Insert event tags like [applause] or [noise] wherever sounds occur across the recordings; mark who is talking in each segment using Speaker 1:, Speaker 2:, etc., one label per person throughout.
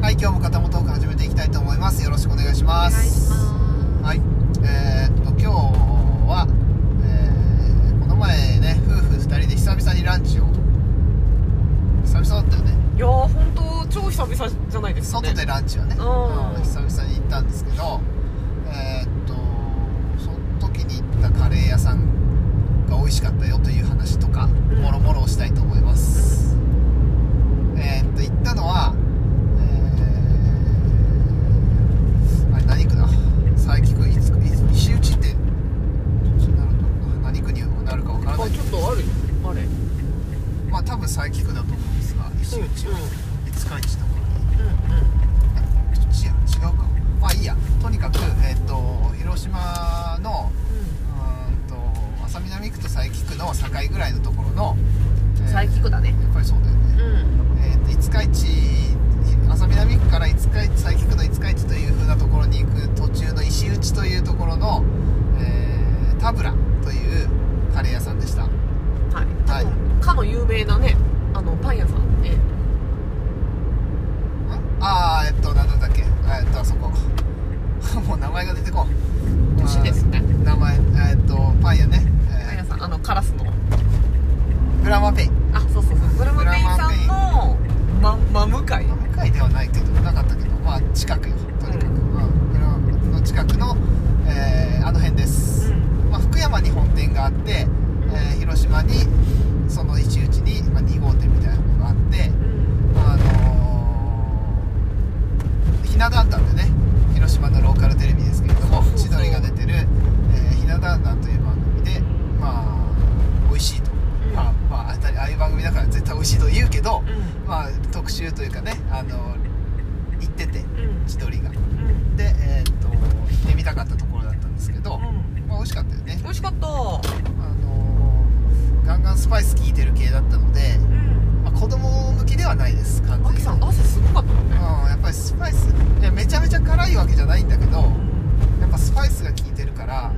Speaker 1: はい今日も肩もトーク始めていきたいと思いますよろしくお願いし
Speaker 2: お願
Speaker 1: ま
Speaker 2: いし
Speaker 1: す
Speaker 2: ま
Speaker 1: はいえー、っと今日は、えーこの前ね夫婦2人で久々にランチを久々だったよね
Speaker 2: すいやー本当超久々じゃないですか、ね、
Speaker 1: 外でランチはね、
Speaker 2: うん
Speaker 1: うん久々に行ったんですけどえーっとその時に行ったカレー屋さんが美味しかったよという話とか
Speaker 2: ん
Speaker 1: もろもろをしたいと思います、えーっと行ったのはえーあれ何区だ佐伯区いつい石打ちって何区になるか分からない
Speaker 2: あちょっとあるあれう
Speaker 1: まあ多分佐伯区だと思うんですが石打ちは五日市だから
Speaker 2: んうん
Speaker 1: どっちや違うかまあいいやとにかく、えっと広島のうーんと浅南区と佐伯区の境ぐらいのところの、えー
Speaker 2: 佐伯区だね
Speaker 1: やっぱりそうだよね、
Speaker 2: うん
Speaker 1: えー、と五日市浅南区から五日市佐伯区の五日市という風なところに行く途中の石打というところの、えー、タブラというカレー屋さんでした
Speaker 2: はい、
Speaker 1: はい
Speaker 2: かの有名なねあのパン屋さんね
Speaker 1: ああえっとなんだっけえっとあそこ [laughs] もう名前が出てこん
Speaker 2: 年ですね
Speaker 1: 名前えーっとパン屋ね、
Speaker 2: パン
Speaker 1: え
Speaker 2: 屋さんあのカラスの
Speaker 1: ー、グラマペイ
Speaker 2: あそうそうそうグラマペイさんのま真向かい
Speaker 1: 飲み会ではないけどなかったけどまあ近くよとにかく、う
Speaker 2: う
Speaker 1: んグラマペイの近くの、えーあの辺です、まあ、福山に本店があって、えー広島にその一打ちに、まあ、2号店みたいなのがあって
Speaker 2: うん
Speaker 1: あのー、ひな壇壇でね広島のローカルテレビですけれども
Speaker 2: そうそうそう
Speaker 1: 千鳥が出てる、えーひな壇壇という番組でまあ美味しいと、
Speaker 2: ん
Speaker 1: まあまああたりああいう番組だから絶対美味しいと言うけど、
Speaker 2: う
Speaker 1: まあ特集というかねあの行ってて
Speaker 2: んうん
Speaker 1: 千鳥が
Speaker 2: うん
Speaker 1: でえーっと行ってみたかったところだったんですけど、
Speaker 2: うん
Speaker 1: まあ美味しかったよね
Speaker 2: 美味しかった
Speaker 1: あのーガンガンスパイス効いてる系だったので、
Speaker 2: うん
Speaker 1: まあ、子供向きではないです完全
Speaker 2: あ
Speaker 1: に
Speaker 2: きさん汗すごかったもんね
Speaker 1: うんやっぱりスパイスいやめちゃめちゃ辛いわけじゃないんだけどやっぱスパイスが効いてるから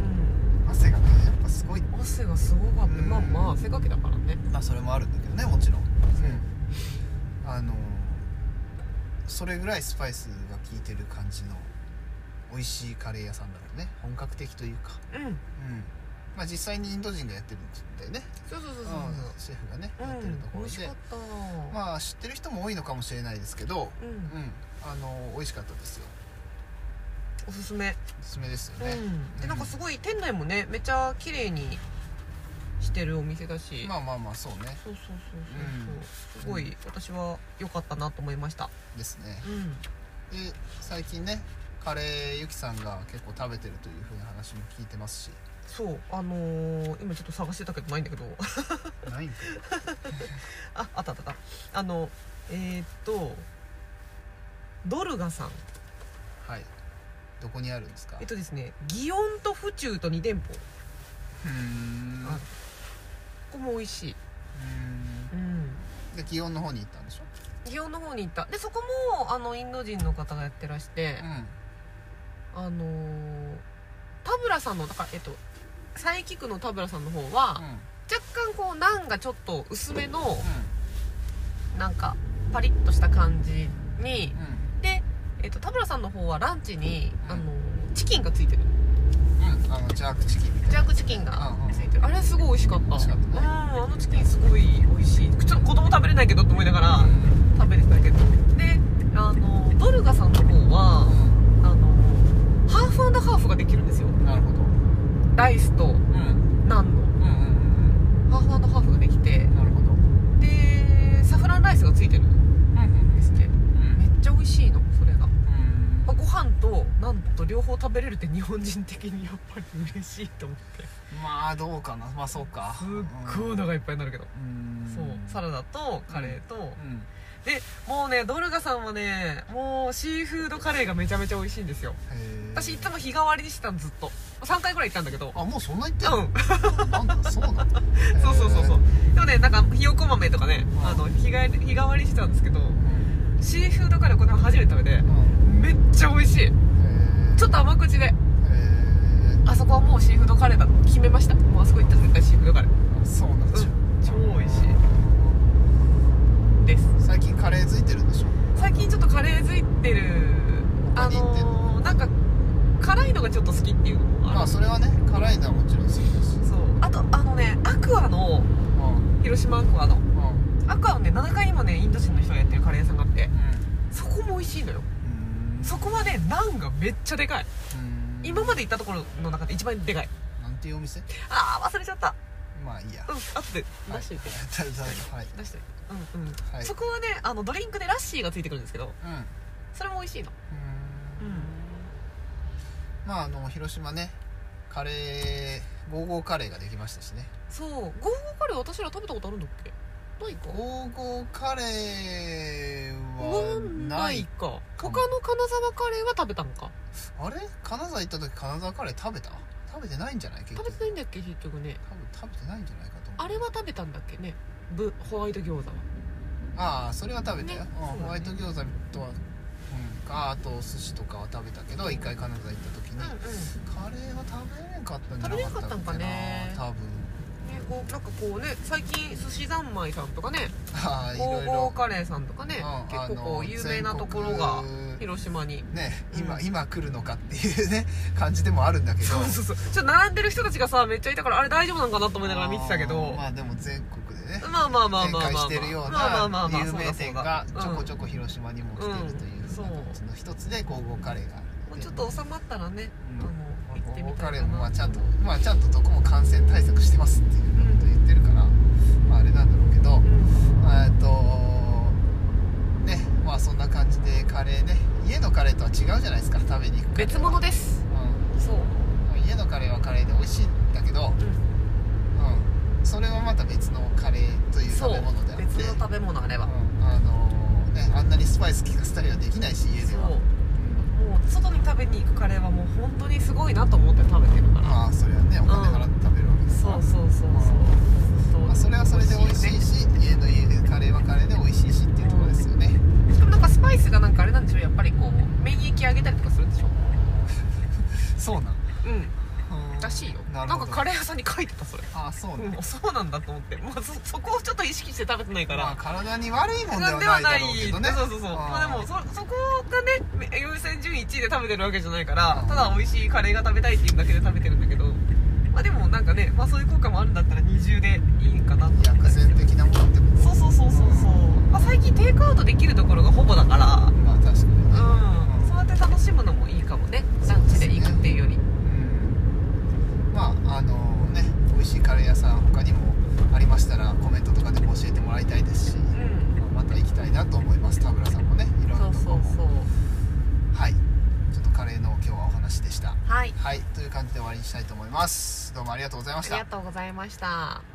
Speaker 2: う
Speaker 1: 汗がねやっぱすごい
Speaker 2: ん汗がすごかった、
Speaker 1: うん
Speaker 2: まあまあ汗かきだからね
Speaker 1: まあそれもあるんだけどねもちろん、うん、あのそれぐらいスパイスが効いてる感じの美味しいカレー屋さんだろうね本格的というか
Speaker 2: うん
Speaker 1: うんまあ実際にインド人がやってるんだよね、
Speaker 2: そうそうそううんそう
Speaker 1: シェフがね
Speaker 2: そう、
Speaker 1: やってるとこ
Speaker 2: うん、美
Speaker 1: ろ
Speaker 2: 味し
Speaker 1: で
Speaker 2: かったあ
Speaker 1: まあ知ってる人も多いのかもしれないですけど、
Speaker 2: う
Speaker 1: うん
Speaker 2: ん、
Speaker 1: あの美味しかったですよ
Speaker 2: おすすめ、
Speaker 1: おすすめですよ
Speaker 2: う
Speaker 1: ね、
Speaker 2: んでなんかすごい店内もねめっちゃ綺麗にしてるお店だし、
Speaker 1: まあまあまあそうね
Speaker 2: そうそうそうそうそう、すごい私は良かったなと思いました
Speaker 1: ですね
Speaker 2: うん
Speaker 1: で最近ねカレーゆきさんが結構食べてるというふうな話も聞いて
Speaker 2: [laughs]
Speaker 1: ますし
Speaker 2: そうあのー今ちょっと探してたけどないんだけど [laughs]
Speaker 1: ないんか
Speaker 2: ああったあったあったあのえー、っとドルガさん
Speaker 1: はいどこにあるんですか
Speaker 2: えっとですね祇園と府中と2店舗
Speaker 1: うーん
Speaker 2: あるここも美味しい、うん、
Speaker 1: うーんで祇園の方に行ったんでしょ
Speaker 2: 祇園の方に行ったでそこもあのインド人の方がやってらして、
Speaker 1: ん
Speaker 2: あのー田村さんのだからえっと佐伯区の田村さんの方は、
Speaker 1: うん
Speaker 2: 若干こうナンがちょっと薄めのなんかパリッとした感じに
Speaker 1: う
Speaker 2: で、えっと、田村さんの方はランチに、
Speaker 1: うん
Speaker 2: あのーチキンがついて
Speaker 1: ん
Speaker 2: る
Speaker 1: うんうんあのジャークチキンみたい
Speaker 2: ジ
Speaker 1: な
Speaker 2: ャークチキンが
Speaker 1: うんうん
Speaker 2: ついてるあれすごい美味しかった
Speaker 1: 美味しかったね
Speaker 2: うんあのチキンすごい美味しいちょっと子供食べれないけどと思いながら、
Speaker 1: うん
Speaker 2: 食べてたけどであのドルガさんの方はあのハーフハーフができるんですよ
Speaker 1: うんなるほど
Speaker 2: ライスと
Speaker 1: うんうん
Speaker 2: ナン
Speaker 1: うんうん
Speaker 2: のハーフハーフができて
Speaker 1: うんなるほどうん
Speaker 2: でサフランライスがついてるん
Speaker 1: うん
Speaker 2: ですってめ
Speaker 1: う
Speaker 2: っちゃ美味しいのそれが
Speaker 1: ん
Speaker 2: ご飯となんと両方食べれるって日本人的にやっぱり嬉しいと思って
Speaker 1: まあどうかなまあそうか
Speaker 2: すっごいお腹いっぱいになるけど、
Speaker 1: うん
Speaker 2: そうサラダとカレーと、
Speaker 1: うん
Speaker 2: でもうねドルガさんはねもうシーフードカレーがめちゃめちゃ美味しいんですよ
Speaker 1: へー
Speaker 2: 私いつも日替わりにしてたのずっと3回ぐらい行ったんだけど
Speaker 1: あもうそんな言ってん
Speaker 2: う
Speaker 1: の
Speaker 2: ん
Speaker 1: なんだそうなんだ
Speaker 2: [laughs] そうそうそうそうでもねなんかひよこ豆とかね
Speaker 1: うん
Speaker 2: あの日替日替わりしてたんですけど
Speaker 1: うん
Speaker 2: シーフードカレーこの間初めて食べて
Speaker 1: うん
Speaker 2: めっちゃ美味しい
Speaker 1: へー
Speaker 2: ちょっと甘口で
Speaker 1: へ
Speaker 2: あそこはもうシーフードカレーだと決めましたもうあそこ行ったら絶対シーフードカレー
Speaker 1: ーそうなんでしょ
Speaker 2: 超美味しいです
Speaker 1: 最近カレー付いてるんでしょ
Speaker 2: 最近ちょっとカレー付いて
Speaker 1: に行ってんの
Speaker 2: のーなんか辛いのがちょっと好きっていうのもある
Speaker 1: まあそれはね辛いのはもちろん好きだし
Speaker 2: そうあとあのねアクアの
Speaker 1: うん
Speaker 2: 広島アクアの
Speaker 1: うん
Speaker 2: アクアのね7階にもねインド人の人がやってるカレー屋さんがあって
Speaker 1: う
Speaker 2: そこも美味しいのよ
Speaker 1: ん
Speaker 2: そこはねナンがめっちゃでかい
Speaker 1: うん
Speaker 2: 今まで行ったところの中で一番でかい
Speaker 1: なんていうお店
Speaker 2: あー忘れちゃった
Speaker 1: まあいいや
Speaker 2: うん後で出しといて、
Speaker 1: 誰だはい
Speaker 2: 出しといてうんうん、
Speaker 1: はい
Speaker 2: そこはねあのドリンクでラッシーがついてくるんですけど
Speaker 1: うん
Speaker 2: それも美味しいの
Speaker 1: うん
Speaker 2: ん
Speaker 1: まああの広島ねカレーゴーゴーカレーができましたしね
Speaker 2: そうゴーゴーカレー私ら食べたことあるんだっけないか
Speaker 1: ゴーゴーカレー
Speaker 2: わ
Speaker 1: は
Speaker 2: ん
Speaker 1: な
Speaker 2: ないいか他の金沢カレーは食べたのか
Speaker 1: あれ金沢行った時金沢カレー食べた食べてないんじゃない結
Speaker 2: 食
Speaker 1: 局
Speaker 2: べてないんだっけ結局ね
Speaker 1: 多分食べてないんじゃないかと思う
Speaker 2: あれは食べたんだっけねブホワイト餃子は
Speaker 1: ああそれは食べたよ、
Speaker 2: ね
Speaker 1: うん
Speaker 2: そうだね
Speaker 1: ホワイト餃子とは、うん、かあとお寿司とかは食べたけど一回金沢行った時に、
Speaker 2: う
Speaker 1: カレーは食べれなかったんじゃなかったっけな
Speaker 2: 食べれなかったんかね
Speaker 1: 多分
Speaker 2: ん、ね、こうなんかこうね最近寿司三昧さんとかね
Speaker 1: ああいろ
Speaker 2: ゴ
Speaker 1: い
Speaker 2: ーゴ
Speaker 1: ろ
Speaker 2: ーカレーさんとかね
Speaker 1: うん
Speaker 2: 結構こ
Speaker 1: あの
Speaker 2: う有名なところが
Speaker 1: 全国
Speaker 2: 広島に
Speaker 1: ね今、
Speaker 2: うん
Speaker 1: 今来るのかっていうね感じでもあるんだけど
Speaker 2: そうそうそうちょっと並んでる人たちがさめっちゃいたからあれ大丈夫なんかなと思いながら見てたけ
Speaker 1: あー
Speaker 2: ど
Speaker 1: まあでも全国でね
Speaker 2: まあまあまあ
Speaker 1: 展
Speaker 2: まあ
Speaker 1: 開
Speaker 2: ま
Speaker 1: し
Speaker 2: あ
Speaker 1: てるよう
Speaker 2: まあまあまあ
Speaker 1: な
Speaker 2: まあ
Speaker 1: 有名店が
Speaker 2: そうだ
Speaker 1: ち
Speaker 2: そ
Speaker 1: ょ
Speaker 2: うだ
Speaker 1: こちょこ広島にも来てるという
Speaker 2: そう
Speaker 1: 形の一つでゴーゴーカレーがあるの
Speaker 2: うんもう
Speaker 1: で
Speaker 2: ちょっと収まったらね、
Speaker 1: うん
Speaker 2: あの行ってみたい
Speaker 1: 彼
Speaker 2: か
Speaker 1: もまあ
Speaker 2: な
Speaker 1: ちゃんとまあちゃんとどこも感染対策してますっていうこと言ってるから、まああれなんだろうけど、
Speaker 2: うん
Speaker 1: えっとねまあそんな感じでカレーね家のカレーとは違うじゃないですか食べに行くカレー
Speaker 2: 別
Speaker 1: は
Speaker 2: 物ですそう、
Speaker 1: うん、家のカレーはカレーで美味しいんだけど、
Speaker 2: うん
Speaker 1: うん、それはまた別のカレーという
Speaker 2: そ
Speaker 1: 食べ
Speaker 2: う
Speaker 1: 物であって
Speaker 2: 別の食べ物あれば、
Speaker 1: うんあのねあんなにスパイス効かせたりはできないし家で
Speaker 2: そう
Speaker 1: は、うん
Speaker 2: もう外に食べに行くカレーはもう本当にすごいなと思って食べてるから
Speaker 1: まあそれはねお金払って食べるわけですから、
Speaker 2: そうそうそうそう
Speaker 1: まあ、それはそれで美味し
Speaker 2: ね
Speaker 1: いし家の家でカレーはカレーで美味しいしっていうところですよね
Speaker 2: しかもなんかスパイスがなんかあれなんでしょやっぱりこう免疫上げたりとかするんでしょ
Speaker 1: そうなん
Speaker 2: うんらしいよ
Speaker 1: な
Speaker 2: な
Speaker 1: るほ
Speaker 2: んか
Speaker 1: ど
Speaker 2: カレー屋さんに書いてたそれ
Speaker 1: ああそうなん、
Speaker 2: うん、そうなんだと思って、まあ、そそこをちょっと意識して食べてないか
Speaker 1: まあ
Speaker 2: ら、
Speaker 1: 体に悪いもんで
Speaker 2: なん
Speaker 1: はないだろうけどね
Speaker 2: そうそうそうまあでもそそこがねめ優先順位1位で食べてるわけじゃないか
Speaker 1: う
Speaker 2: ら
Speaker 1: ん
Speaker 2: ただ美味しいカレーが食べたいっていうだけで食べてるんだけどまあでもなんかね、まあ、そういう効果もあるんだったら二重でいいかなって
Speaker 1: 薬膳的なものってこ
Speaker 2: そうそうそうそうそう、まあ、最近テイクアウトできるところがほぼだから
Speaker 1: とまあ確かにね
Speaker 2: うんそうやって楽しむのもいいかもねランチで行くっていうより
Speaker 1: うんまああのね美味しいカレー屋さん他にもありましたらコメントとかでも教えてもらいたいですし、
Speaker 2: うん
Speaker 1: まあまた行きたいなと思います田村さんもねいろん
Speaker 2: そ
Speaker 1: な
Speaker 2: う
Speaker 1: とこ
Speaker 2: そうそう
Speaker 1: はいちょっとカレーの今日はお話でした
Speaker 2: はい
Speaker 1: はいという感じで終わりにしたいと思いますどうもありがとうございま
Speaker 2: あ
Speaker 1: し
Speaker 2: り
Speaker 1: た
Speaker 2: がとうございました